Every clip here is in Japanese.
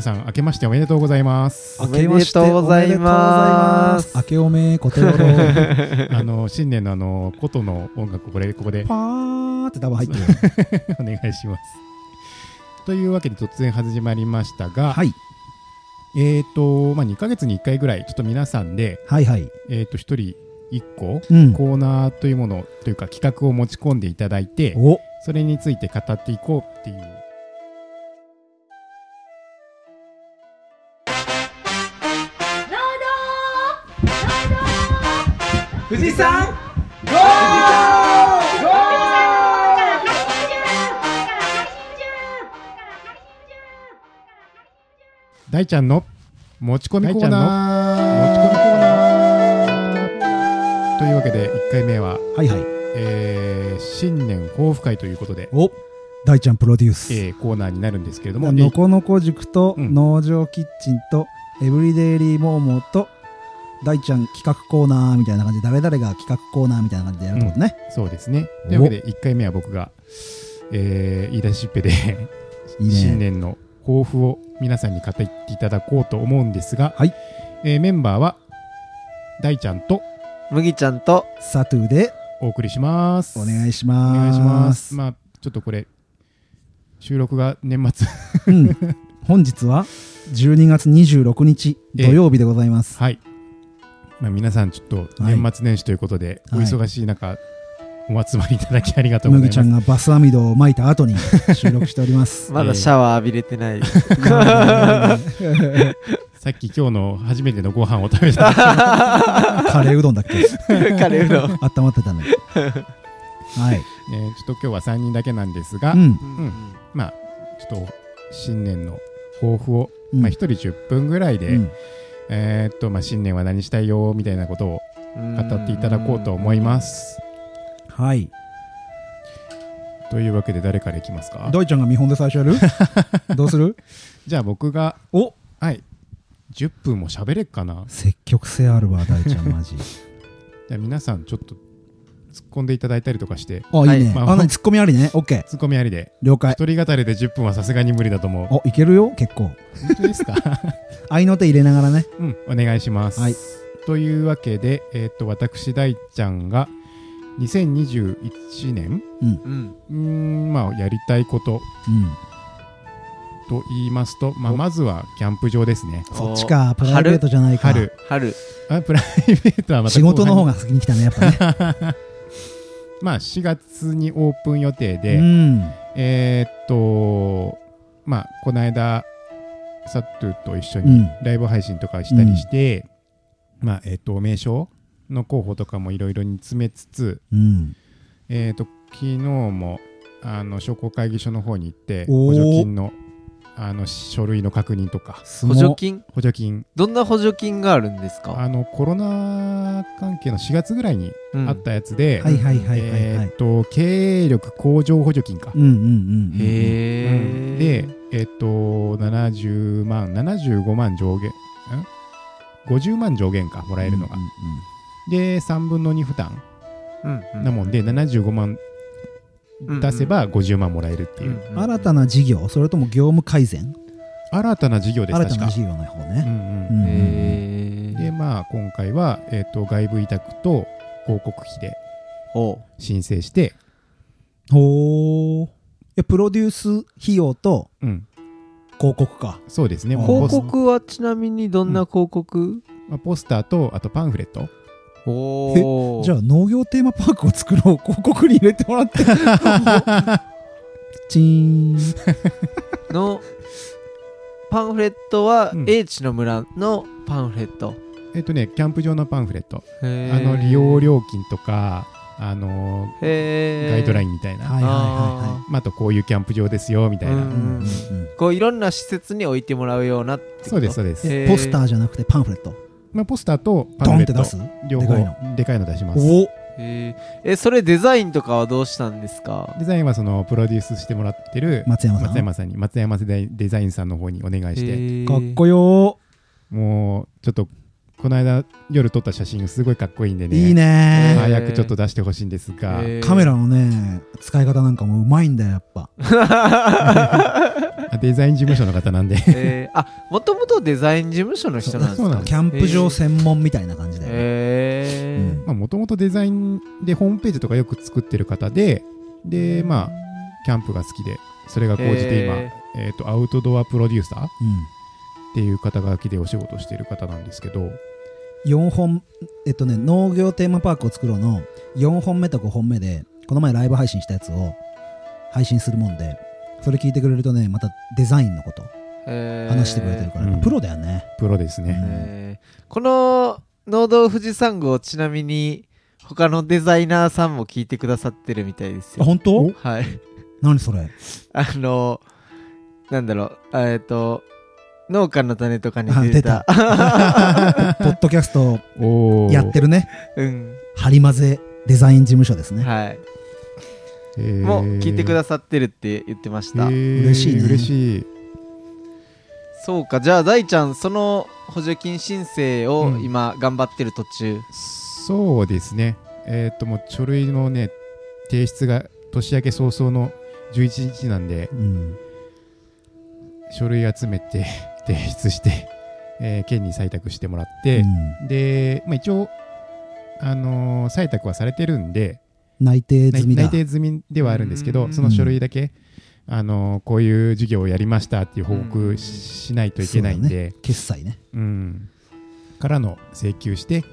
さん、明けましておめでとうござい ます。おめでとうございます。明けおめこて おろパあの新年のあの琴の音楽これここで ーって多分入ってる。お願いします。というわけで突然始まりましたが、はいえっ、とまあ2ヶ月に1回ぐらいちょっと皆さんではいはい。えっ、と1人1個うん。コーナーというものというか企画を持ち込んでいただいて、おそれについて語っていこうっていう。富士山大ちゃんの持ち込みコーナー大ちゃんの持ち込みコーというわけで1回目は、はいはい。えー新年抱負会ということで、お大ちゃんプロデュース。えーコーナーになるんですけれども、のこのこ塾とうん農場キッチンとエブリデイリーモーモーと大ちゃん企画コーナーみたいな感じで誰々が企画コーナーみたいな感じでやるってことね。そうですね。おというわけで、1回目は僕が、えー、言い出しっぺでいいね新年の抱負を皆さんに語っていただこうと思うんですが、はいえーメンバーは、大ちゃんと麦ちゃんとサトゥーでお送りします。お願いしおます。願いします。まあ、ちょっとこれ、収録が年末。うん。本日は12月26日土曜日でございます。はい。まあ、皆さん、ちょっと年末年始ということで、はおい忙しい中、お集まりいただきありがとうござい麦ます。ちゃんがバス網戸を巻いた後に収録しておりま す。まだシャワー浴びれ てない。さっき今日の初めてのご飯を食べ た。カレーうどんだっけカレーうどん。温まってたね。はい。えーちょっと今日は3人だけなんですが、うん。んまあ、ちょっと新年の抱負を、うんまあ、1人10分ぐらいで、うんえーっとまあ、新年は何したいよみたいなことを語っていただこうと思いま。す。はい。というわけで、誰からいきますかドイちゃんが見本で最初や るどうするじゃあ、僕が、おはい、10分も喋れっかな。積極性あるわ、大ちゃん、マ ジ。じゃあ、皆さん、ちょっと突っ込んでいただいたりとかして、あ、いいね。はいあ、なにツッコミありね。オッケー。ツッコミありで、了解。一人語りで10分はさすがに無理だと思う。お、いけるよ、結構。本当ですか合いの手入れながらね。うん、お願いします。はいというわけで、えーっと、私、大ちゃんが、2021年うん。うーんまあやりたいことうん。と言いますと、まあ、まずはキャンプ場ですねそっちか、プライベートじゃないか。春春。あプライベートはまた仕事の方がが先に来たね、やっぱね。まあ4月にオープン予定うで、ん。えーっとまあこの間サットゥと一緒うにん。ライブ配信とかしたりして、まあえーっと名称の候補とかもいろいろに詰めつつうん。えーっと昨日もあの商工会議所の方に行ってお補ー助金のあの書類の確認とかす補ご助金補助金どんな補助金があるんですかあのコロナ関係の4月ぐらいにあったやつで、はいはいはいはいはえーいっ。と経営力向上補助金かう、んうんうん。え。うへんえ。で、えっと70万75万上限ん50万上限かもらえるのが、うんうんで3分の2負担うんうん、なもんで75万うん出せば50万もらえるっていう、うん新たな事業、それとも業務改善新たな事業です新た確かな事業の方うね。んううんんうんへでえ。まあ今回は、えっと外部委託と広告費でお申請して、ほーえプロデュース費用とうん、広告かそうですねもう広ポス告はちなみにどんな広告、まあ、ポスターとあとパンフレットおお。じゃあ農業テーマパークを作ろう広告に入れてもらって チーンのパンフレットはうん英知の村のパンフレット、えっとねキャンプ場のパンフレットああの利用料金とかあのーガイドラインンみたいな、はいはいはまあ、あとこういうキャンプ場ですよみたいな、いはいうんうんうんうんこういろんな施設に置いてもらうようなってことそうですそうです、へポスターじゃなくてパンフレットまあ、ポスターとパドンンフレッってト出す両方でかいでかいの出しますおへーえそれデザインとかはどうしたんですかデザインはそのプロデュースしてもらってる松山さん松山さんに松山デザインさんの方にお願いしてかっいこよもうちょっとこの間夜撮った写真すごいかっこいいんでねいいへーね早くちょっと出してほしいんですが、カメラのね使い方なんかもうまいんだよやっぱあデザイン事務所の方なんでえー、あもともとデザイン事務所の人なんですそうなんかですキャンプ場専門みたいな感じで、へえまあもともとデザインでホームページとかよく作ってる方ででまあキャンプが好きでそれが高じて今、へえー、とアウトドアプロデューサーっうんていう肩書きでお仕事してる方なんですけど4本えっとね農業テーマパークを作ろうの4本目と5本目でこの前ライブ配信したやつを配信するもんでそれ聞いてくれるとねまたデザインのことえー話してくれてるから、えーうんプロだよねプロですね、えーこの農道富士山号ちなみに他のデザイナーさんも聞いてくださってるみたいですあよ本当おはい何それあのなんだろうえっ、と農家の種とかにあ出た ポッドキャストおおやってるねうんハリマゼデザイン事務所ですね、はいえもう聞いてくだささってるって言ってました、嬉嬉しいね嬉しいそうかじゃあ大ちゃんその補助金申請をうん今頑張ってる途中、そうですね。えーっと、もう書類のね、提出が年明け早々の11日なんで、うん、書類集めて、 提出して、えー県に採択してもらっうて、んで、まあ、一応、あのー採択はされてるんで、内定内済みだ内定済みではあるんですけうど、んその書類だけ、あのーこういう授業をやりましたっていう報告し,、ないといけないんそうだで、決済ねうん。からの請求して、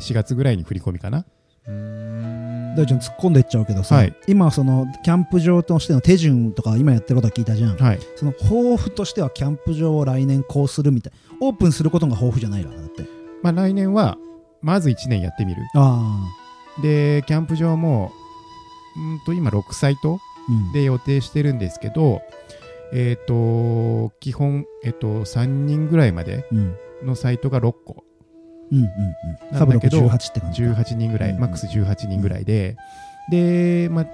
4月ぐらいに振り込みかな。大ちゃん突っ込んでいっちゃうけどさ、はい今そのキャンプ場としての手順とか今やってることは聞いたじゃん、はい。その抱負としてはキャンプ場を来年こうするみたいオープンすることが抱負じゃないからだってまあ、来年はまず1年やってみるああでキャンプ場もうんと今6サイトうんで予定してるんですけどえっ、と基本、えっと3人ぐらいまでうんうんのサイトが6個うんうんサブなんだけど618って感じか18人ぐらい、うんマックス18人ぐらいでで、ま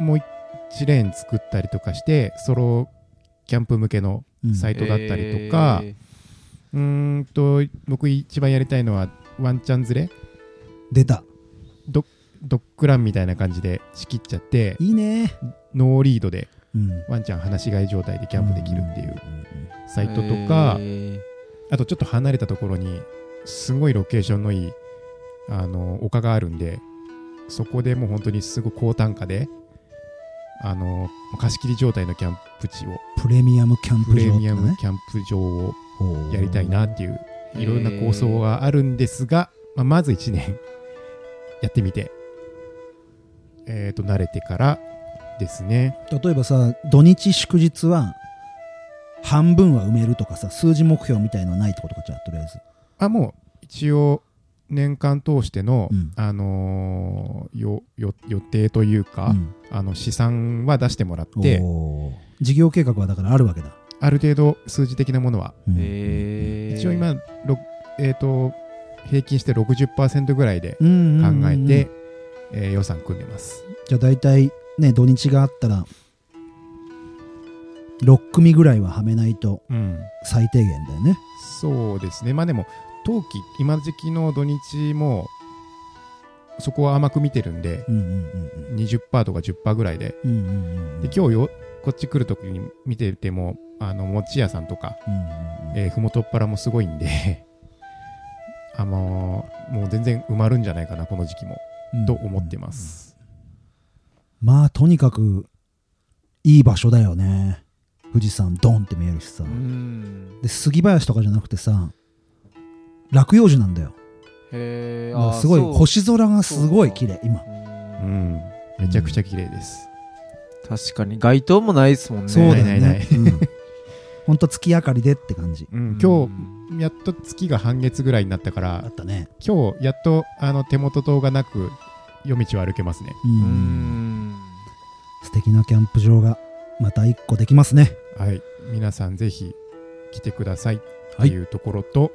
あ、もう1レーン作ったりとかしてソロキャンプ向けのうんサイトだったりとかえうーんと僕一番やりたいのはワンチャン連れ出たドッグランみたいな感じで仕切っちゃっていいねノーリードでうんワンちゃん放し飼い状態でキャンプできるっていううんうんサイトとーか、えあとちょっと離れたところにすごいロケーションのいいあの丘があるんでそこでもう本当にすごい高単価であの貸し切り状態のキャンプ地をプレミアムキャンププレ場ミとアかねムキャンプ場をほうやりたいなっていううんいろんな構想があるんですが、まあ、まず1年やってみてえっ、と慣れてからですね例えばさ土日祝日は半分は埋めるとかさ数字目標みたいのはないってことかじゃあとりあえずあもう一応年間通しての、うんあのーよよ予定というか、うんあの試算は出してもらっおてー事業計画はだからあるわけだ、ある程度数字的なものは、うんーえー一応今、ろえー、と平均して60%ぐらいでうんうん考うんうんえて、えー予算組んでますじゃあ大体ね土日があったら6組ぐらいははめないとうん最低限だよねそうですねまあでも冬季今時期の土日もそこは甘く見てるんでうんうん20%とか10%ぐらいでうんうんうんうんうんで今日よこっち来るときに見ててもあの餅屋さんとか、うんうんうんえー、ふもとっぱらもすごいんで あのーもう全然埋まるんじゃないかなこの時期もと思ってます、まあとにかくいい場所だよね富士山ドンって見えるしさうんで杉林とかじゃなくてさ落葉樹なんだよへーもうあーすごいそう星空がすごい綺麗今ううんん、めちゃくちゃ綺麗です、確かに街灯もないですもんねそうだよないないねうんほんと月明かりでって感じうんう今ん日やっと月が半月ぐらいになったかあらったね今日やっとあの手元灯がなく夜道を歩けますねううんん素敵なキャンプ場がまた一個できますねはい皆さんぜひ来てくださいっていうところと、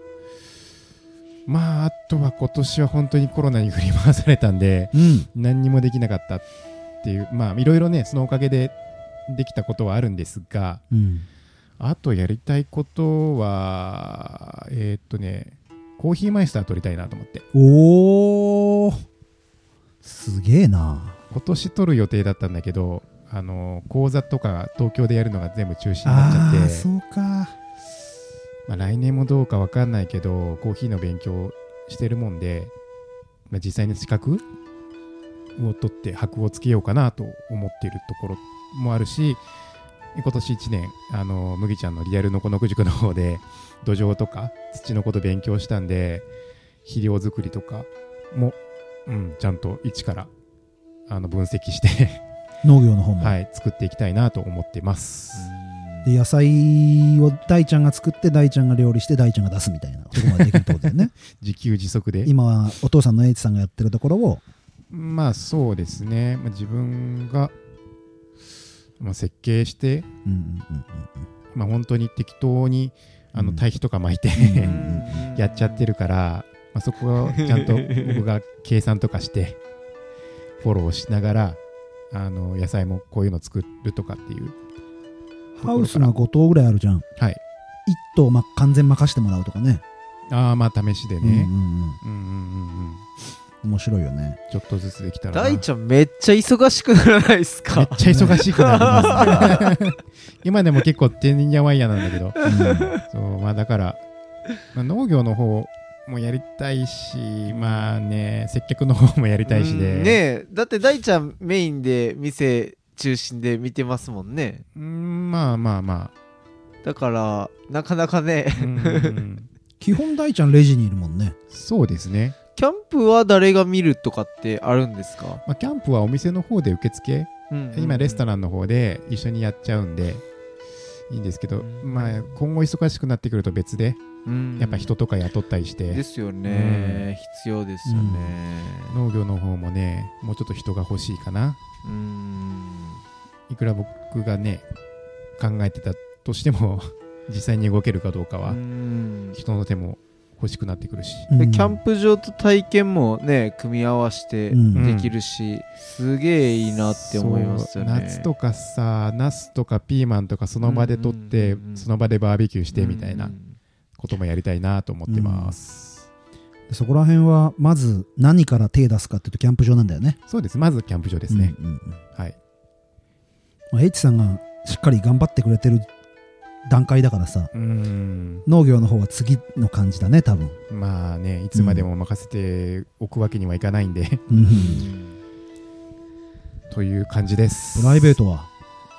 まああとは今年は本当にコロナに振り回されたんでうん何にもできなかったっていうまあいろいろねそのおかげでできたことはあるんですがうんあとやりたいことはえーっとねコーヒーマイスター取りたいなと思っておーすげえな今年取る予定だったんだけどあの講座とか東京でやるのが全部中止になっちゃああーって、そうかまあ、来年もどうかわかんないけどコーヒーの勉強してるもんで、まあ、実際に資格を取って箔をつけようかなと思っているところもあるし今年1年あの麦ちゃんのリアルのこのく塾の方で土壌とか土のこと勉強したんで肥料作りとかも、うん、ちゃんと一からあの分析して農業の方も、はい、作っていきたいなと思ってます。で野菜を大ちゃんが作って大ちゃんが料理して大ちゃんが出すみたいなそこまでできるってことだよね 自給自足で。今はお父さんのエイチさんがやってるところをまあそうですね、まあ、自分が、まあ、設計して、うんうんうんまあ、本当に適当にあうのん堆肥とか巻いて、うやっちゃってるから、まあ、そこはちゃん と僕が計算とかしてフォローしながらあの野菜もこういうの作るとかっていう、うんハウスが5棟ぐらいあるじゃん1はい、棟、ま、完全任してもらうとかねああまあ試しでうんね、うんううんん、うんうんうん面白いよねちょっとずつできたらな大ちゃんめっちゃ忙しくならないですめっかちゃ忙しくなります、ね、 今でも結構てんやわんやなんだけどうんそうまあだから、まあ、農業の方もやりたいしまあね接客の方もやりたいしでうんねえだって大ちゃんメインで店中心で見てますもんねうんまあまあまだからなかなかね あ、うん基本大ちゃんレジにいるもんねそうですね、キャンプは誰が見るとかってあるんですか、まあ、キャンプはお店の方で受付今レストンランの方で一緒にやっちゃうんでいいんですけど、うんまあ、今後忙しくなってくると別でやっぱ人とか雇ったりして、ですよね、必要ですよね農業の方もねもうちょっと人が欲しいかなうんいくら僕がね考えてたとしても実際に動けるかどうかはうん人の手も欲しくなってくるし、うでんキャンプ場と体験もね組み合わせてうんできるし、すげえいいなって思いますよねそう夏とかさナスとかピーマンとかその場で取って、うんうんうんうんその場でバーベキューしてみたいなうんこともやりたいなと思ってます、でそこら辺はまず何から手出すかっていうとキャンプ場なんだよねそうですまずキャンプ場ですね、うんうんうんはいまあ、H さんがしっかり頑張ってくれてる段階だからさうん農業の方は次の感じだね多分、まあねいつまでも任せておくわけにはいかないんで、うんという感じですプライベートは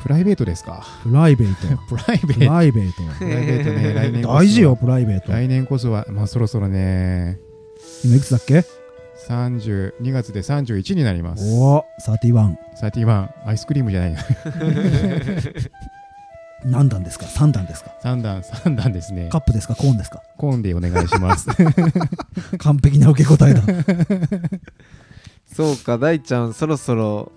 プライベートですかプライベートは プライベプートライベート はプライベートね来年こそは大事よプライベート来年こそはまあそろそろね今いくつだっけ30 2月で31になります。おお31 31アイスクリームじゃないな。 何段ですか3段ですか3段、3段ですねカ。ップですかコーンですかコーンでお願いし ます。完璧な受け答えだ そうか大ちゃんそろそろ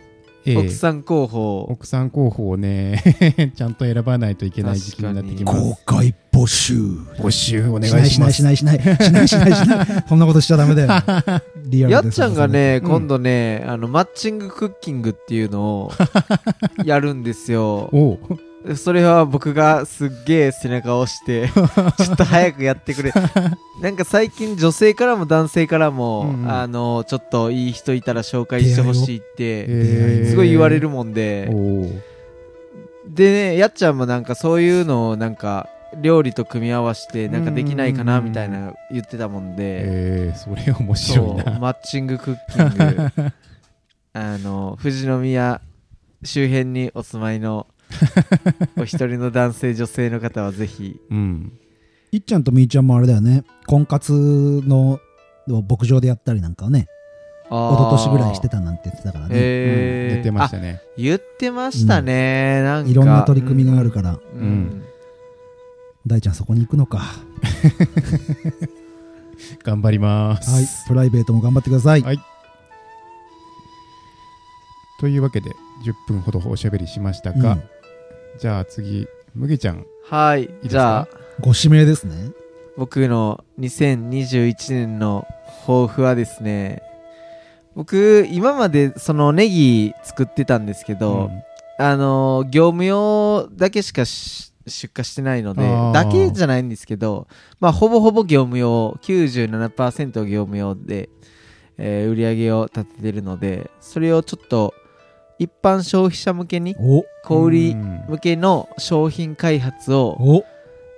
ええ奥さん候補、奥さん候補をね、 ちゃんと選ばないといけない時期になってきます。公開募集募集お願しないいししまなす。いしないしないしないしないし ないそんなことしちゃダメだよリアルやでっすちゃんがね、うん今度ねあのマッチングクッキングってい うのをやるんですよおうそれは僕がすっげえ背中を押して ちょっと早くやってくれなんか最近女性からも男性からも、うんうんあのちょっといい人いたら紹介してほしいってええすごい言われるもんで、おうでねやっちゃんもなんかそういうのをなんか料理と組み合わせてなんかできないかうなんうんうんみたいな言ってたもんで、ええそれ面そう白いな。マッチングクッキン グあの富士宮周辺にお住まいのお一人の男性女性の方はぜ ひうん。いっちゃんとみーちゃんもあれだよね婚活のを牧場でやったりなんかをねあー一昨年ぐらいしてたなんて言ってたからね、へーうん出てましたあね。言ってましたね、なんかいろんな取り組みがあるから、うんうん大ちゃんそこに行くのかは頑張ります。いプライベートも頑張ってください、はいというわけで、10分ほどおしゃべりしましたが、うんじゃあ次、麦ちゃん。はいですかじゃあご指名ですね僕の2021年の抱負はですね僕今までそのネギ作ってたんですけど、うんあのー業務用だけしかし出荷してないのであーだけじゃないんですけど、まあ、ほぼほぼ業務用97%業務用で、えー売り上げを立ててるのでそれをちょっと一般消費者向けにお小売うん向けの商品開発をお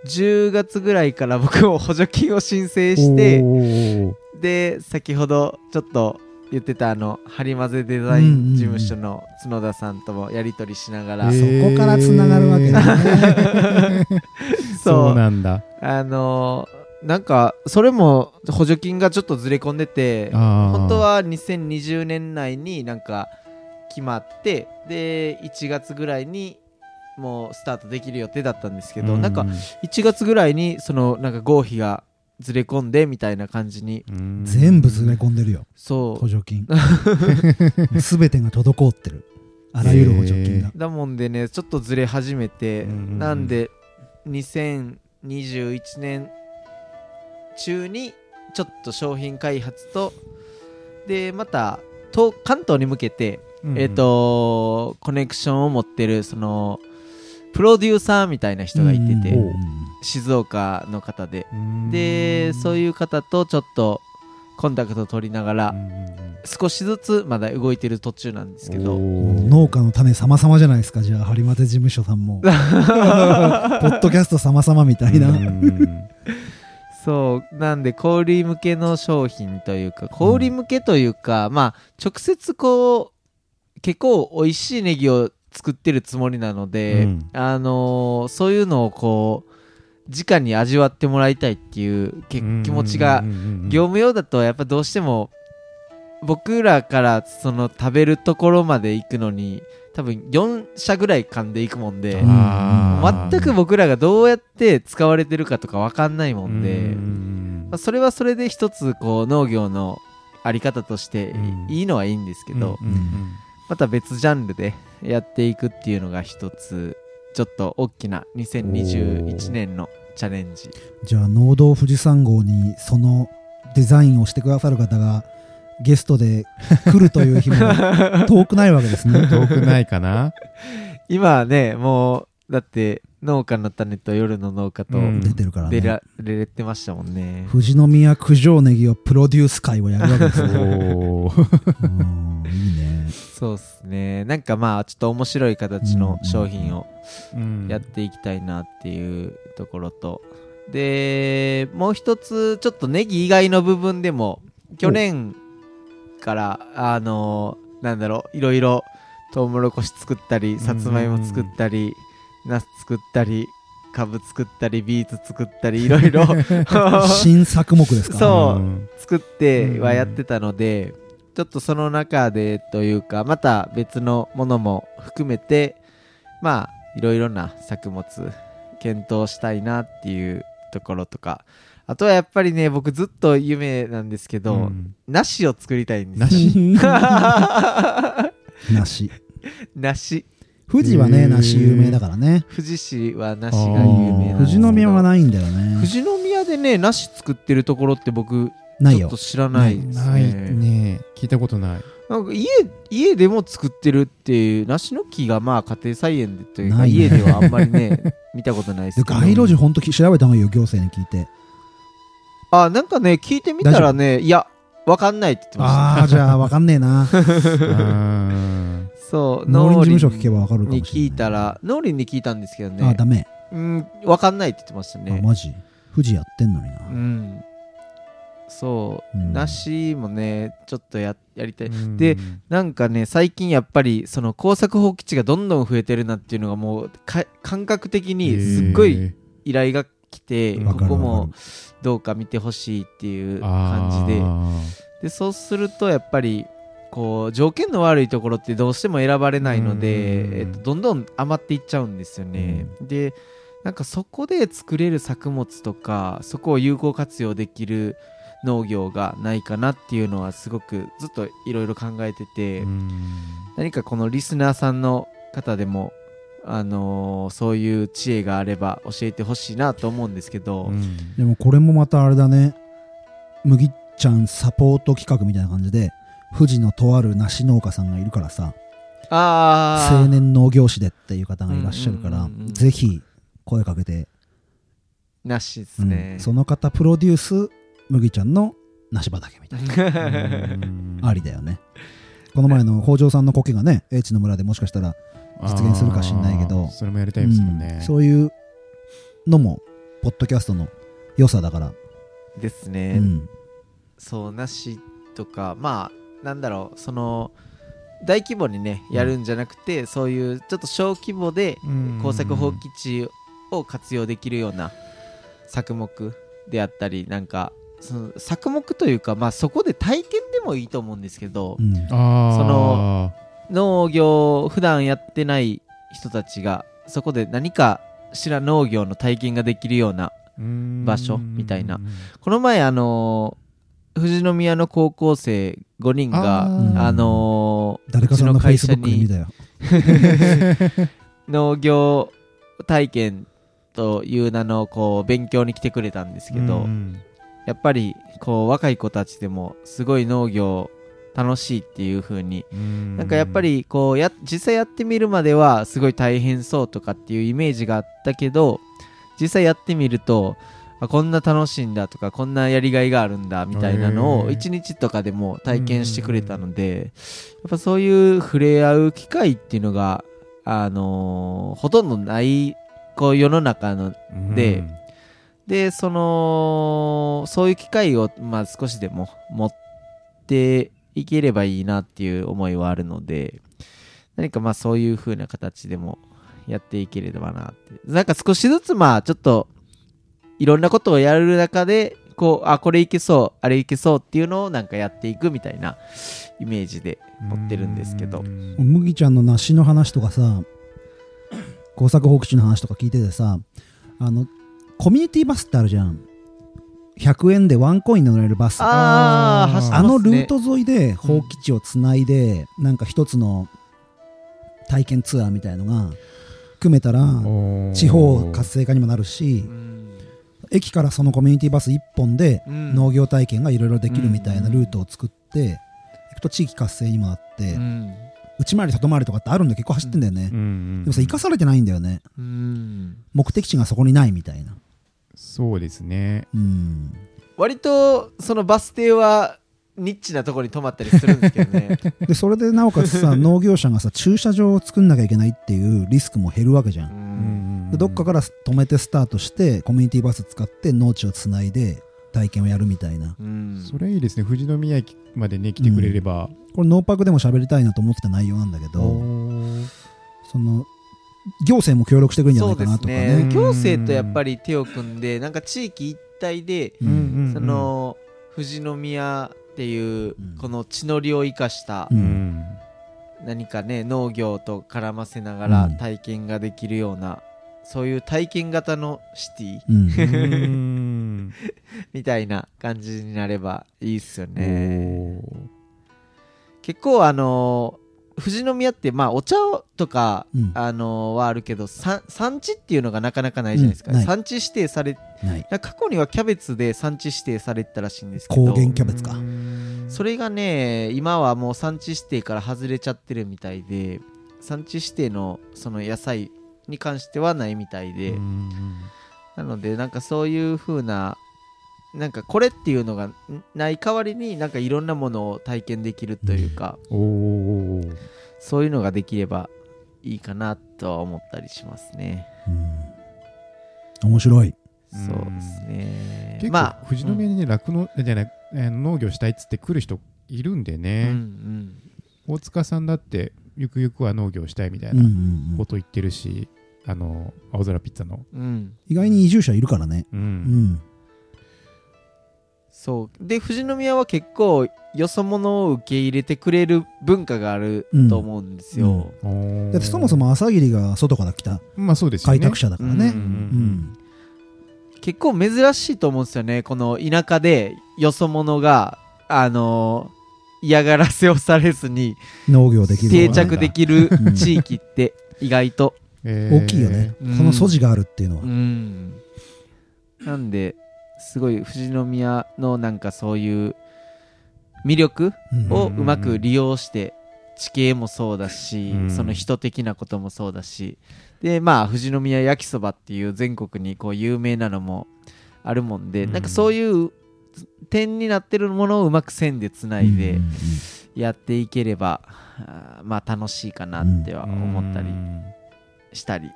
10月ぐらいから僕も補助金を申請しておーで先ほどちょっと言ってたあのハリマゼデザイン事務所の角田さんともやり取りしながら、えそこからつながるわけ だねそそうう なんだあのーなんかそれも補助金がちょっとずれ込んでて本本当は2020年内になんか決まってで1月ぐらいにもうスタートできる予定だったんですけど、なんか1月ぐらいにそのなんか合否がずれ込んでみたいな感じに全部ずれ込んでるよそ補助 金全てが滞ってるあらゆる補助金がうだもんでねちょっとずれ始めて、うんうんうんなんで2021年中にちょっと商品開発とでまた東関東に向けてえっ、とコネクションを持ってるそのプロデューサーみたいな人がいてて、うんおう静岡の方ででそういいう方とちょっとコンタクト取りながら、少しずつまだ動いてる途中なんですけどうん農家の種様々じゃないですかじゃあハリマテ事務所さんもポッドキャスト様々みたいなそうなんで小売向けの商品というか小売向けというか、まあ直接こう結構美味しいネギを作ってるつもりなので、うんあのーそういうのをこう直に味わってもらいたいっていうけ気持ちが業務用だとやっぱどうしても僕らからその食べるところまで行くのに多分4社ぐらい噛んでいくもんでうん全く僕らがどうやって使われてるかとか分かんないもんで、まあ、それはそれで一つこう農業のあり方としてうんいいのはいいんですけど、また別ジャンルでやっていくっていうのが一つちょっと大きな2021年のチャレンジじゃあ農道富士山号にそのデザインをしてくださる方がゲストで来るという日も遠くないわけですね遠くないかな今はねもうだって農家の種と夜の農家とうん出てるから出ねられてましたもんね、富士宮九条ネギをプロデュース会をやるわけですおよーうんいいねそうっすねなんかまあちょっと面白い形の商品をうんやっていきたいなっていうところとでもう一つちょっとネギ以外の部分でも去年からあのなんだろういろいろトウモロコシ作ったりさつまいも作ったりナス作ったりカブ作ったりビーツ作ったりいろい ろ新作目ですから そううん作ってはやってたので、ちょっとその中でというかまた別のものも含めてまあいろいろな作物検討したいなっていうところとかあとはやっぱりね僕ずっと夢なんですけど、うん梨を作りたいんですよ梨 梨梨富士はへーね梨有名だからね富士市は梨が有名あなんーで富す士けど宮はないんだよね富士宮でね梨作ってるところって僕ないちょっよと知らないですないね聞いたことないなんか家家でも作ってるっていう梨の木がまあ家庭菜園でというかないね家ではあんまりね 見たことないですでけど街路樹ほんとき調べた方がいいよ行政に聞いてあなんかね聞いてみたらねいやわかんないって言ってましああーじゃあわかんねえ なうんたそう農林事務所聞林けばわかるかもにしれな聞いいたら農林に聞いたんですけどあねダメうんわかんないって言ってましたあねマジ富士やってんのになうんそう、うん梨もねちょっとややりたい、うんでなんかね最近やっぱりその耕作放棄地がどんどん増えてるなっていうのがもうか感覚的にすっごいへ依頼が来てわこかるこわかもるどうか見てほしいっていーう感じであでそうするとやっぱりこう条件の悪いところってどうしても選ばれないのうんで、えっと、どんどん余っていっちゃうんですよね、でなんかそこで作れる作物とかそこを有効活用できる農業がないかなっていうのはすごくずっといろいろ考えてて、ーうん何かこのリスナーさんの方でも、あのーそういう知恵があれば教えてほしいなと思うんですけど、うんでもこれもまたあれだね麦ちゃんサポート企画みたいな感じで富士のとある梨農家さんがいるからさああ青年農業士でっていう方がいらっしゃるから、うんうんうんうんぜひ声かけて、なしですうんね、その方プロデュー ス麦ちゃんの梨畑みたいうん なありだよねこの前の北条さんの苔がね、英知の村でもしかしたら、実現するか知んないけどあーそれもやりたいですもんねうん、そういうのも、ポッドキャストの良さだから、ですうね、ん、そうなしとかまあなんだろうその大規模にねやるんじゃなくて、そういうちょっと小規模でうん耕作放棄地を活用できるような作目であったりなんかその作目というか、まあ、そこで体験でもいいと思うんですけど、うんあーその農業普段やってない人たちがそこで何かしら農業の体験ができるようなうーん場所みたいなこの前あのー富士宮の高校生5人があーあのー誰かさんのうちフェイ会ス社ブックで見にたよ。農業体験という名のこう勉強に来てくれたんですけど、うんやっぱりこう若い子たちでもすごい農業楽しいっていう風にうんなんかやっぱりこうや実際やってみるまではすごい大変そうとかっていうイメージがあったけど実際やってみるとあこんな楽しいんだとかこんなやりがいがあるんだみたいなのへをー1日とかでも体験してくれたのでやっぱそういう触れ合う機会っていうのがあのーほとんどないこう世の中のでうんでそのそういう機会を、まあ、少しでも持っていければいいなっていう思いはあるので何かまあそういう風な形でもやっていければなってなんか少しずつまあちょっといろんなことをやる中でこうあこれいけそうあれいけそうっていうのをなんかやっていくみたいなイメージで持ってるんですけどうん麦ちゃんの梨の話とかさ、工作放棄地の話とか聞いててさ、あの、コミュニティバスってあるじゃん。100円でワンコインで乗れるバス。あああー走ってあますねのルート沿いで放棄地をつないで、なんか一つの体験ツアーみたいのが組めたらおー地方活性化にもなるしうん駅からそのコミュニティバス1本でうん農業体験がいろいろできるみたいなルートを作って行くと地域活性にもなってうん内回り外回りとかってあるんで結構走ってんだよねうんうんでもさ生かされてないんだよねうん目的地がそこにないみたいなそうですねうん割とそのバス停はニッチなところに泊まったりするんですけどねでそれでなおかつさ農業者がさ駐車場を作んなきゃいけないっていうリスクも減るわけじゃんでどっかがから止めてスタートしてコミュニティバス使って農地をつないで体験をやるみたいなうんそれいいですね富士宮駅までね来てくれればこれノーパークでも喋りたいなと思ってた内容なんだけどその行政も協力してくれるんじゃそなういかでなとかすねね行政とやっぱり手を組んでなんか地域一体で、うんその富士宮っていううんこの地の利を生かしたうん何かね農業と絡ませながらうん体験ができるようなそういう体験型のシティう う んんみたいな感じになればいいっすよね。お結構あのー富士宮ってまあお茶とか、うんあのーはあるけどさ産地っていうのがなかなかないじゃないですか、うんない産地指定されない過去にはキャベツで産地指定されてたらしいんですけど高原キャベツかそれがね今はもう産地指定から外れちゃってるみたいで産地指定のその野菜に関してはないみたいで、うんなのでなんかそういう風ななんかこれっていうのがんない代わりになんかいろんなものを体験できるというか、おおそういうのができればいいかなとは思ったりしますね。うん面白いうんそうですね。結ま構あ、富士宮にね酪農じゃないえー農業したいっつって来る人いるんでうんうねん大塚さんだってゆくゆくは農業したいみたいうんうなんうんこと言ってるしあの青空ピッツァのうんうん意外に移住者いるからねううんんそう。で、富士宮は結構、よそ者を受け入れてくれる文化があると思うんですよ。おーだってそもそも朝霧が外から来たまあそうですよね開拓者だからねうんうん結構珍しいと思うんですよね。この田舎で、よそ者が、あのー嫌がらせをされずに農業できる定のがね着できるうん地域って意外とえー大きいよねうんその素地があるっていうのはうんなんですごい富士宮のなんかそういう魅力うんをうまく利用して地形もそうだし、うんその人的なこともそうだしでまあ富士宮焼きそばっていう全国にこう有名なのもあるもんで、うんなんかそういう点になってるものをうまく線でつないでうんいやっていければあーまあ楽しいかなっては思ったりうんしたり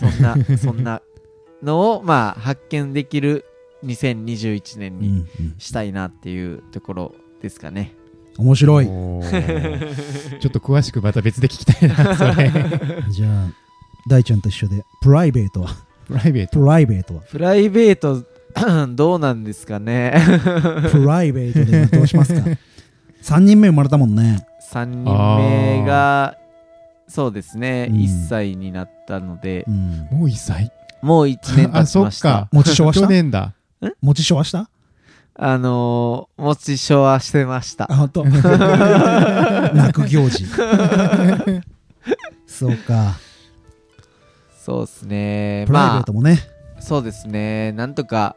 そ んなそんなのをまあ発見できる2021年うんうにんしたいなっていうところですかね。面白いおー ちょっと詳しくまた別で聞きたいな、それ。 じゃあ大ちゃんと一緒でプライベートは プライベート。プライベートはプライベート どうなんですかね プライベートでどうしますか3人目生まれたもんね ?3 人目がそうですね、うん1歳になったのでう、んもう1歳もう1年経あ、ちそまっした。か。持ち昭和した去年だ。持ちしはしたあのー、持ち所はしてましたあ。 本当泣く行事 そうかそうですね。プライベーまトもね、あ、そうですね。なんとか、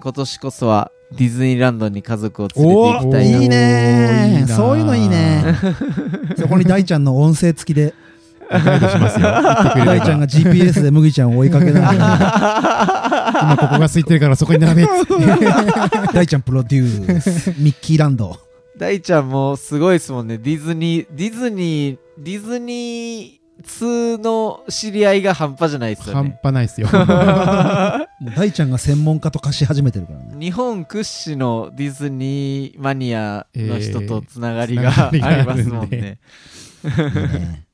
今年こそはディズニーランドに家族を連れて行きおたいーな。いおいーいねいなそういうのいいね そこに大ちゃんの音声付きでガイドしますよ。言ってくれれば大ちゃんが GPS で麦ちゃんを追いかけ なが今ここが空いてるからそこに並べ っつって。ら大ちゃんプロデュースミッキーランド 大ちゃんもすごいですもんね。ディズニー、ディズニー、ディズニー通の知り合いが半端じゃないですよ半ね。端ないっ すよ。もう大ちゃんが専門家と化し始めてるからね日本屈指のディズニーマニアの人とつながりえーが、つながありりがあまるんですもんね。いいね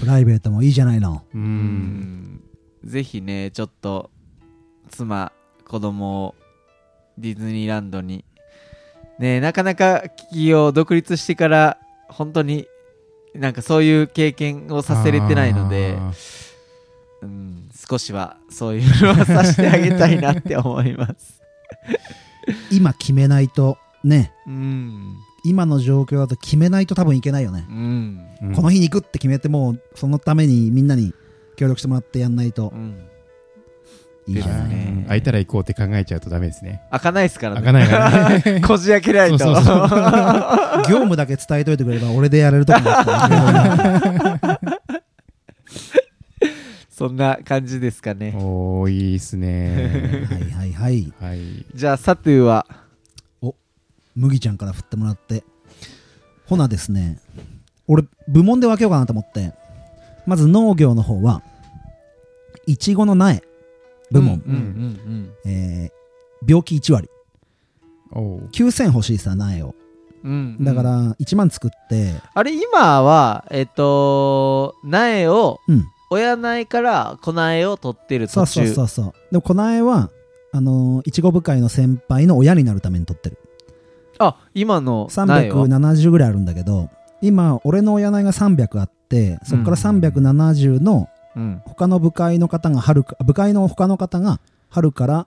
プライベートもいいじゃないのう。うんんぜひねちょっと妻子供をディズニーランドにねなかなか企業独立してから本当になんかそういう経験をさせれてないので、あうん、少しはそういうのはさせてあげたいなって思います。今決めないとね うん、今の状況だと決めないと多分いけないよねう、ん、ー、うんこの日に行くって決めてもうそのためにみんなに協力してもらってやんないとうん、いいじゃですない、ねうん空いたら行こうって考えちゃうとダメですね。開かないですからね。開かないからね。こじ開けないと。そうそうそう業務だけ伝えといてくれれば俺でやれるとこだったら そんな感じですかね。おー、いいっす ね。はいはいはいはい。じゃあ、サトゥーは、麦ちゃんから振ってもらってほなですね俺部門で分けようかなと思ってまず農業の方はいちごの苗部門、うんうんえー病気1割おー。 9000欲しいさ苗をうんうん、だから1万作ってあれ今はえっ、と苗をうん、親苗から子苗を取ってるそ途うそう中そうそうでもこの苗はあのーいちご部会の先輩の親になるために取ってるあ今の苗を370ぐらいあるんだけど今俺の親苗が300あってそこから370の、うん他の部会の方が春か部会の他の方が春から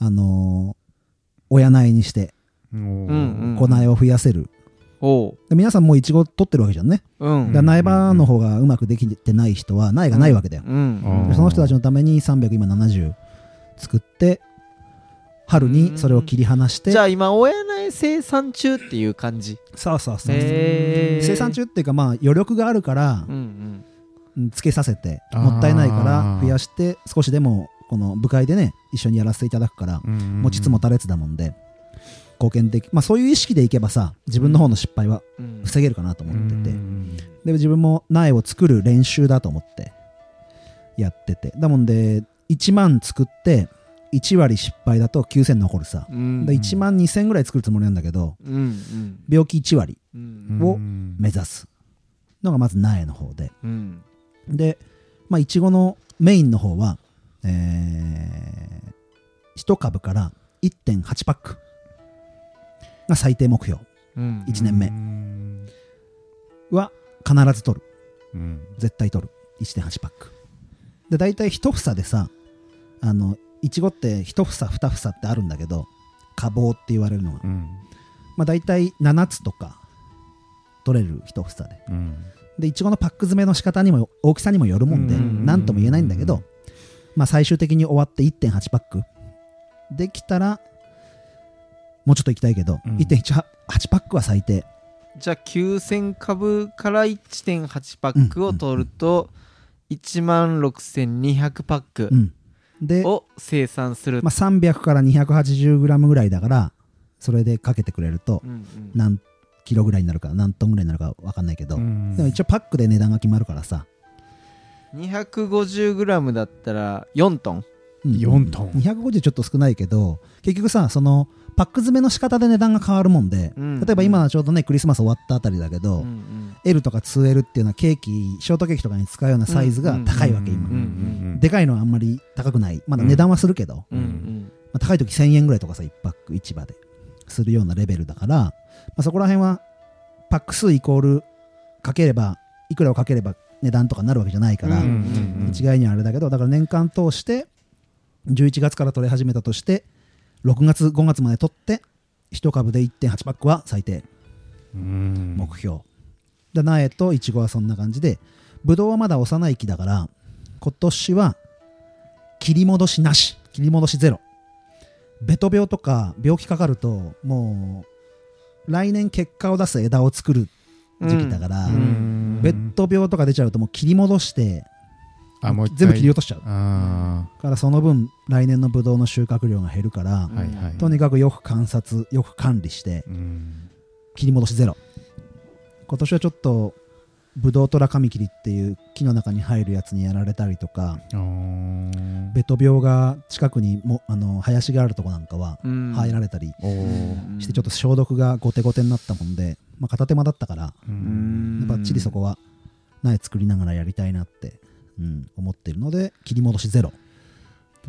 あのー親苗にしておうんうんー子苗を増やせる、おうで皆さんもういちご取ってるわけじゃんね、うんだから苗場の方がうまくできてない人は苗がないわけだよう、んあーでその人たちのために300今70作って春にそれを切り離して、じゃあ今親苗生産中っていう感じそうそうそう、へー生産中っていうかまあ余力があるからうんうんうんつけさせてあーもったいないから増やして少しでもこの部会でね一緒にやらせていただくからうんうん持ちつ持たれつだもんで貢献でき、まあ、そういう意識でいけばさ自分の方の失敗はうん防げるかなと思ってて、うんで自分も苗を作る練習だと思ってやっててだもんで1万作って1割失敗だと9000残るさうんで1万2000ぐらい作るつもりなんだけどうんうん病気1割ううんんを目指すのがまず苗の方でうんでまあいちごのメインの方はえー、1株から1.8パックが最低目標うん一年目うんは必ず取るうん絶対取る1.8パックで大体一房でさあのいちごって一房二房ってあるんだけど花房って言われるのが、うんまあ、大体7つとか取れる一房でうんでいちごのパック詰めの仕方にも大きさにもよるもんでうん何とも言えないんだけど、まあ、最終的に終わって1.8パックできたらもうちょっといきたいけど、うん1.8パックは最低じゃあ9000株から1.8パックを取ると1万6200パックうんでを生産するまあ、300から 280g ぐらいだからそれでかけてくれるとうんうんなんキロぐらいになるか何トンぐらいになるか分かんないけど、うんでも一応パックで値段が決まるからさ、 250g だったら4トンうん4トン250ちょっと少ないけど結局さそのパック詰めの仕方で値段が変わるもんで、うん例えば今ちょうどねクリスマス終わったあたりだけど、うんうん L とか 2L っていうのはケーキショートケーキとかに使うようなサイズが高いわけ、うん今、うんうんうんでかいのはあんまり高くないまだ値段はするけど、まうんうんあ高い時1000円ぐらいとかさ1パック市場でするようなレベルだから、まあ、そこら辺はパック数イコールかければいくらをかければ値段とかになるわけじゃないから、うんうん一概にはあれだけどだから年間通して11月から取れ始めたとして6月5月まで取って1株で1.8パックは最低うん目標、で苗とイチゴはそんな感じでブドウはまだ幼い木だから今年は切り戻しなし切り戻しゼロベト病とか病気かかるともう来年結果を出す枝を作る時期だから、うんベッド病とか出ちゃうともう切り戻してあもう一回全部切り落としちゃうあからその分来年のブドウの収穫量が減るからあ、はいはいとにかくよく観察よく管理してうん切り戻しゼロ今年はちょっとブドウトラカミキリっていう木の中に入るやつにやられたりとかあーベト病が近くにもあの林があるとこなんかはうん入られたりおーしてちょっと消毒が後手後手になったもんで、まあ、片手間だったからううんんばっちりそこは苗作りながらやりたいなって、うん、思ってるので切り戻しゼロ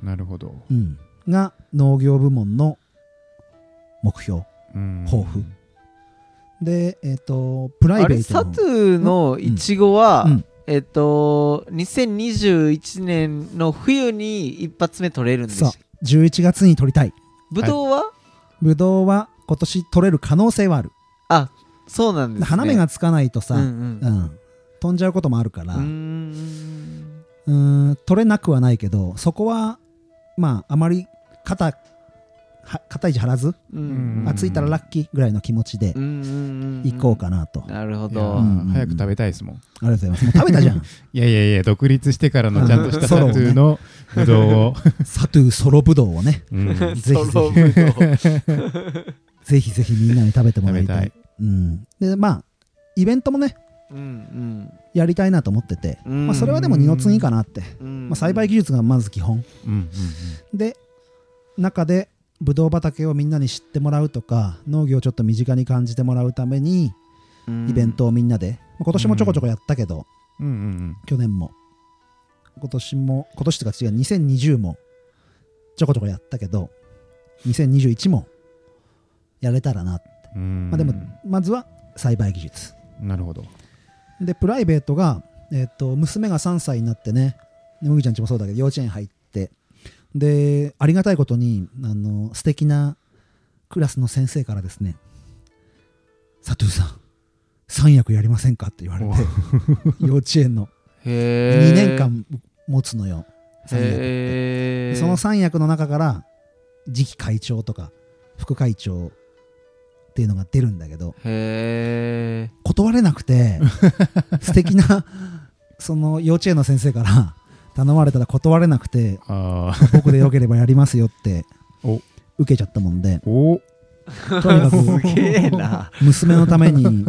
なるほどうん、が農業部門の目標うん抱負で、えっとプライあベれートサのトゥーのいちごは、うんえっと2021年の冬に一発目取れるんですそう11月に取りたいぶどうは、ブドウは今年取れる可能性はある、あそうなんです、ね、花芽がつかないとさ、ううんん飛んじゃうこともあるから、ううん、うんん取れなくはないけどそこはまああまり肩は肩肘張らず、うんううんんあついたらラッキーぐらいの気持ちでうんうん行こうかなと、あなるほいやど、うーん早く食べたいですもんりがとうございますもう食べたじゃん いやいやいや独立してからのちゃんとしたソサロトをねゥーのぶどう をサトゥーソロブドウをねうん食ぜひぜひソロぶどう ぜひぜひみんなに食べてもらべいたいたいうん、でまあイベントもねうんやりたいなと思ってて、うんまあ、それはでも二の次かなって、うんまあ、栽培技術がまず基本うんうんで中でブドウ畑をみんなに知ってもらうとか農業をちょっと身近に感じてもらうためにイベントをみんなで、まあ今年もちょこちょこやったけど、うんうんうん去年も今年も今年とか違う2020もちょこちょこやったけど2021もやれたらなって、うんまあ、でもまずは栽培技術なるほどでプライベートが、えっと娘が3歳になってねね麦ちゃんちもそうだけど幼稚園入ってでありがたいことにあの素敵なクラスの先生からですね「佐藤さん三役やりませんか?」って言われて幼稚園の2へー年間持つのよ三役ってへでーその三役の中から次期会長とか副会長っていうのが出るんだけどへ断れなく て素敵なその幼稚園の先生から頼まれたら断れなくてあ あ僕でよければやりますよってお受けちゃったもん でおとにかー くすげえな娘のために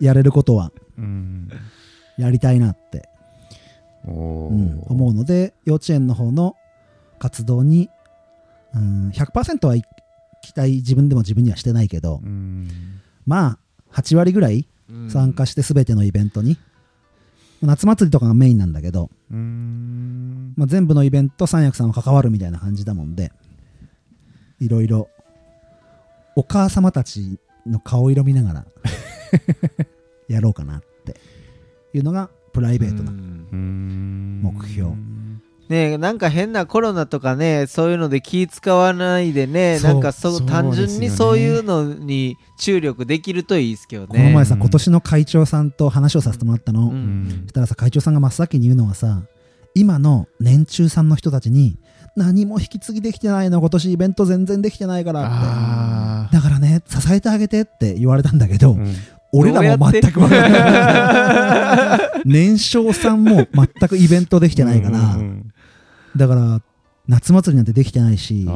やれることはうんやりたいなって、おうんお思うので幼稚園の方の活動に、うん、100%はい期待自分でも自分にはしてないけどうんまあ8割ぐらい参加して全てのイベントに、夏祭りとかがメインなんだけどうんまあ、全部のイベント三役さんは関わるみたいな感じだもんでいろいろお母様たちの顔色見なが らやろうかなっていうのがプライベートな、うんうん目標ねえなんか変なコロナとかねそういうので気使わないでねそうなんかそそう単純でにすよねそういうのに注力できるといいですけどねこの前さうん今年の会長さんと話をさせてもらったの、ううんんそしたらさ会長さんが真っ先に言うのはさ今の年中さんの人たちに何も引き継ぎできてないの今年イベント全然できてないからってあだからね支えてあげてって言われたんだけど、あうん俺らも全くどう分からないやって 年少さんも全くイベントできてないから、うんうんだから夏祭りなんてできてないしうんあ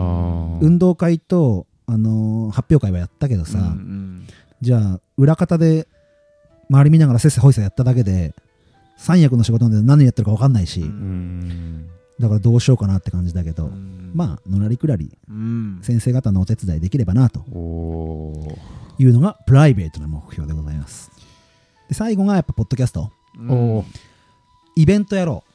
ー運動会と、あのー発表会はやったけどさ、うんじゃあ裏方で周り見ながらせっせほいせやっただけで三役の仕事なんで何やってるか分かんないし、ううんんだからどうしようかなって感じだけど、あまあのらりくらりうん先生方のお手伝いできればなとおーいうのがプライベートな目標でございますで最後がやっぱポッドキャストうんおーイベントやろう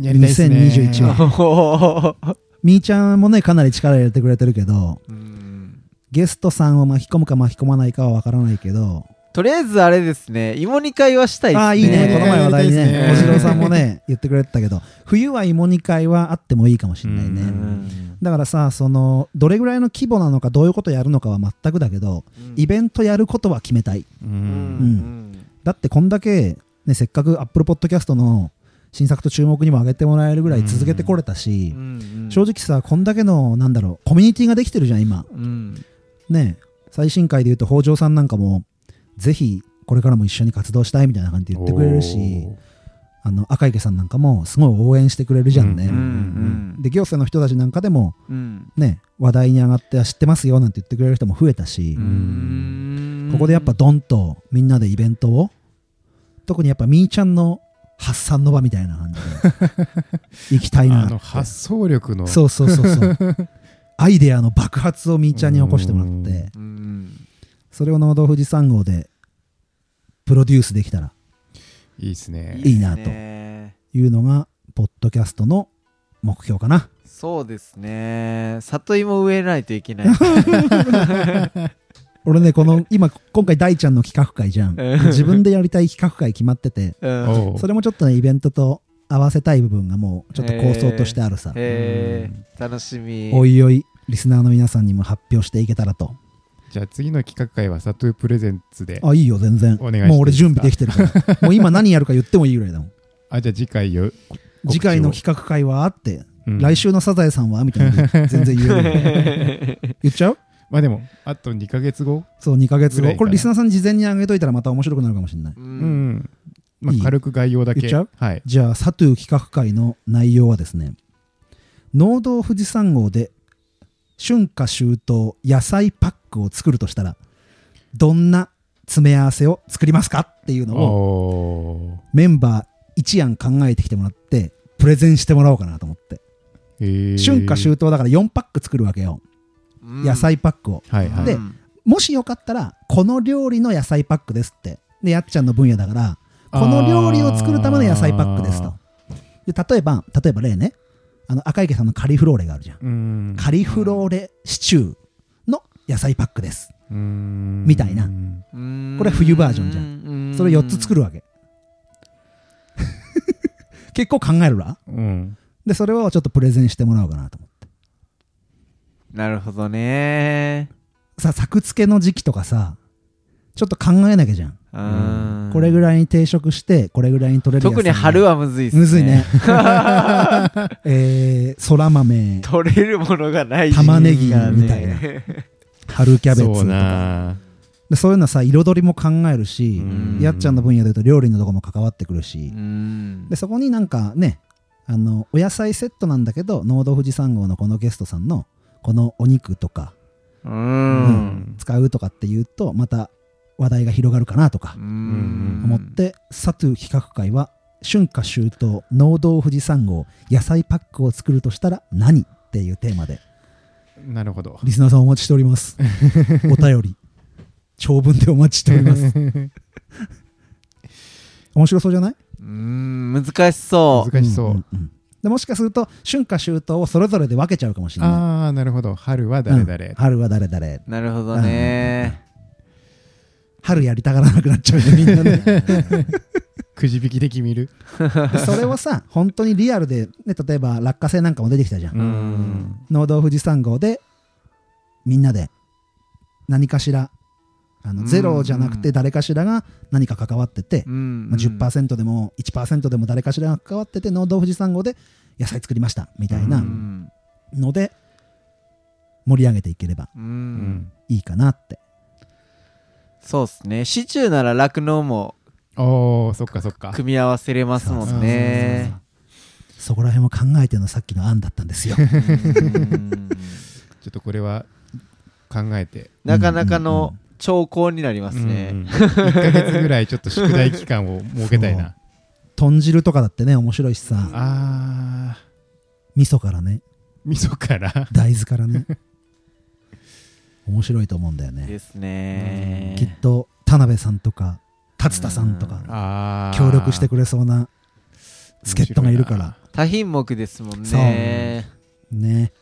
やりたいっすね2021はおーみーちゃんもねかなり力入れてくれてるけどうんゲストさんを巻き込むか巻き込まないかは分からないけどとりあえずあれですね芋煮会はしたいですねああーいいねこの前話題にやりねたおいですじねろさんもね言ってくれてたけど冬は芋煮会はあってもいいかもしれないううねんだからさそのどれぐらいの規模なのかどういうことやるのかは全くだけどイベントやることは決めたいうんうんだってこんだけ、ね、せっかく Apple Podcast の新作と注目にも上げてもらえるぐらい続けてこれたしう、ん正直さこんだけのなんだろうコミュニティができてるじゃん今うんね最新回で言うと北条さんなんかもぜひこれからも一緒に活動したいみたいな感じで言ってくれるしあの赤池さんなんかもすごい応援してくれるじゃんね、うんで行政の人たちなんかでもうんね話題に上がってあ知ってますよなんて言ってくれる人も増えたし、んここでやっぱドンとみんなでイベントを特にやっぱみーちゃんの発散の場みたいな 感じで行きたいなあっての発想力のそうそうそ うそうアイデアの爆発をみーちゃんに起こしてもらっうてうんそれを農道富士山号でプロデュースできたらいいっすねいいなとねいうのがポッドキャストの目標かなそうですね里芋植えないと いけない俺ねこの今今回大ちゃんの企画会じゃん自分でやりたい企画会決まっててうんおうそれもちょっとねイベントと合わせたい部分がもうちょっと構想としてあるさ、へー楽しみおいおいリスナーの皆さんにも発表していけたらとじゃあ次の企画会はサトゥープレゼンツであいいよ全然お願いしていいですかもう俺準備できてるから もう今何やるか言ってもいいぐらいだもんあじゃあ次回よ次回の企画会はあって、うん来週のサザエさんはみたいな全然言え る言っちゃうまあでもあと2か月後そう2ヶ月ぐらいかな後これリスナーさんに事前にあげといたらまた面白くなるかもしれないうんうんまいいあ軽く概要だけ言っちゃうはいじゃあ、サトゥー企画会の内容はですね、農道富士山号で春夏秋冬野菜パックを作るとしたら、どんな詰め合わせを作りますかっていうのおをメンバー一案考えてきてもらって、プレゼンしてもらおうかなと思って。ーへー春夏秋冬だから4パック作るわけよ。うん野菜パックを。はいはいでもしよかったら、この料理の野菜パックですって。で、やっちゃんの分野だから、この料理を作るための野菜パックですと。で例えば、例えば例ね、あの赤池さんのカリフローレがあるじゃん。うんカリフローレシチューの野菜パックです。うんみたいなうんこれは冬バージョンじゃんんそれ4つ作るるわけ。 結構考えるわ。うんで、それをちょっとプレゼンしてもらおうかなと思って。なるほどねさ、作付けの時期とかさ、ちょっと考えなきゃじゃん。うんこれぐらいに定食して、これぐらいに取れる野菜特に春ははむずいっすねむずい ね。えー、そら豆、取れるものがないし玉ねぎみたいな。春キャベツそうとか。なでそういうのはさ彩りも考えるし、うんやっちゃんの分野で言うと料理のとこも関わってくるしう、んでそこになんかねあのお野菜セットなんだけど農道富士山号のこのゲストさんのこのお肉とか、ううんん使うとかっていうとまた話題が広がるかなとかうん思って、サトゥ企画会は春夏秋冬農道富士山号野菜パックを作るとしたら何っていうテーマでなるほどリスナーさんお待ちしております お便り長文でお待ちしております 面白そうじゃないうん難しそ難しそんうんんでもしかすると春夏秋冬をそれぞれで分けちゃうかもしれなああなるほど春はいうん誰々春は誰々うなるほどね春やりたがらなくなっちゃうね みんなねくじ引きで決めるでそれをさ本当にリアルで、ね、例えば落花生なんかも出てきたじゃん、うん農道富士山号でみんなで何かしらあうのんゼロじゃなくて誰かしらが何か関わってて、うんまあ、10%でも1%でも誰かしらが関わってて農道富士山号で野菜作りましたみたいなうんので盛り上げていければううんんいいかなってそうっすねシチューなら酪農もおーそっかそっか組み合わせれますもんねそこら辺も考えてるのさっきの案だったんですようんちょっとこれは考えてなかなかの兆候になりますうんうんね。 1ヶ月ぐらいちょっと宿題期間を設けたいな。豚汁とかだってね面白いしさあー、味噌からね味噌から。大豆からね面白いと思うんだよねですね。きっと田辺さんとか達田さんとかあー協力してくれそうな助っ人がいるから多品目ですもんね。ね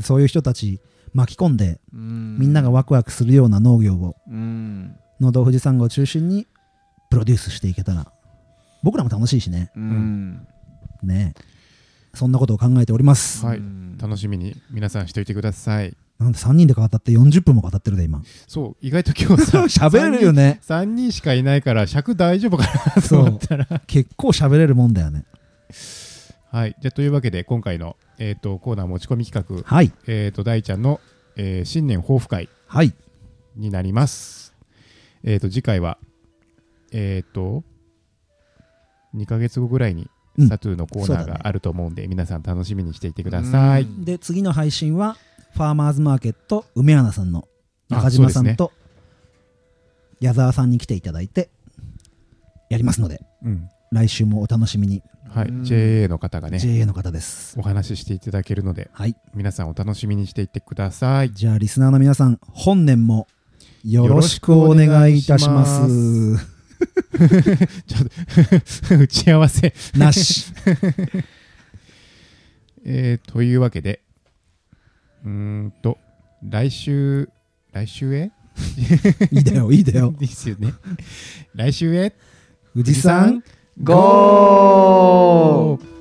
そういう人たち巻き込んでみみんながワクワクするような農業をうん。農道富士山号を中心にプロデュースしていけたら僕らも楽しいしねうん。ねそんなことを考えております、はいうん楽しみに皆さんしておいてください。なんで3人で語って40分も語ってるで今そう、意外と今日 さ、喋れるよね3人しかいないから尺大丈夫かなとそう思ったら。結構喋れるもんだよねはい。じゃあというわけで、今回の、えー、とコーナー持ち込み企画、はいえー、と大ちゃんの、えー新年抱負会はいになります。えー、と次回は、えー、と2ヶ月後ぐらいにうんサトゥーのコーそナうーだねがあると思うんで、皆さん楽しみにしていてください。うんで次の配信はファーマーズマーケット梅穴さんの中島さんと矢沢さんに来ていただいてやりますのでうん来週もお楽しみに、はい、うん JA の方がね、 JA の方ですお話ししていただけるので、はい皆さんお楽しみにしていってください。じゃあリスナーの皆さん本年もよろしくお願いいたしますよろしくちょっと打ち合わせ、なしえーというわけで、うーんと、来週、来週へいいだよいい だよですよね。来週へ富士山ゴー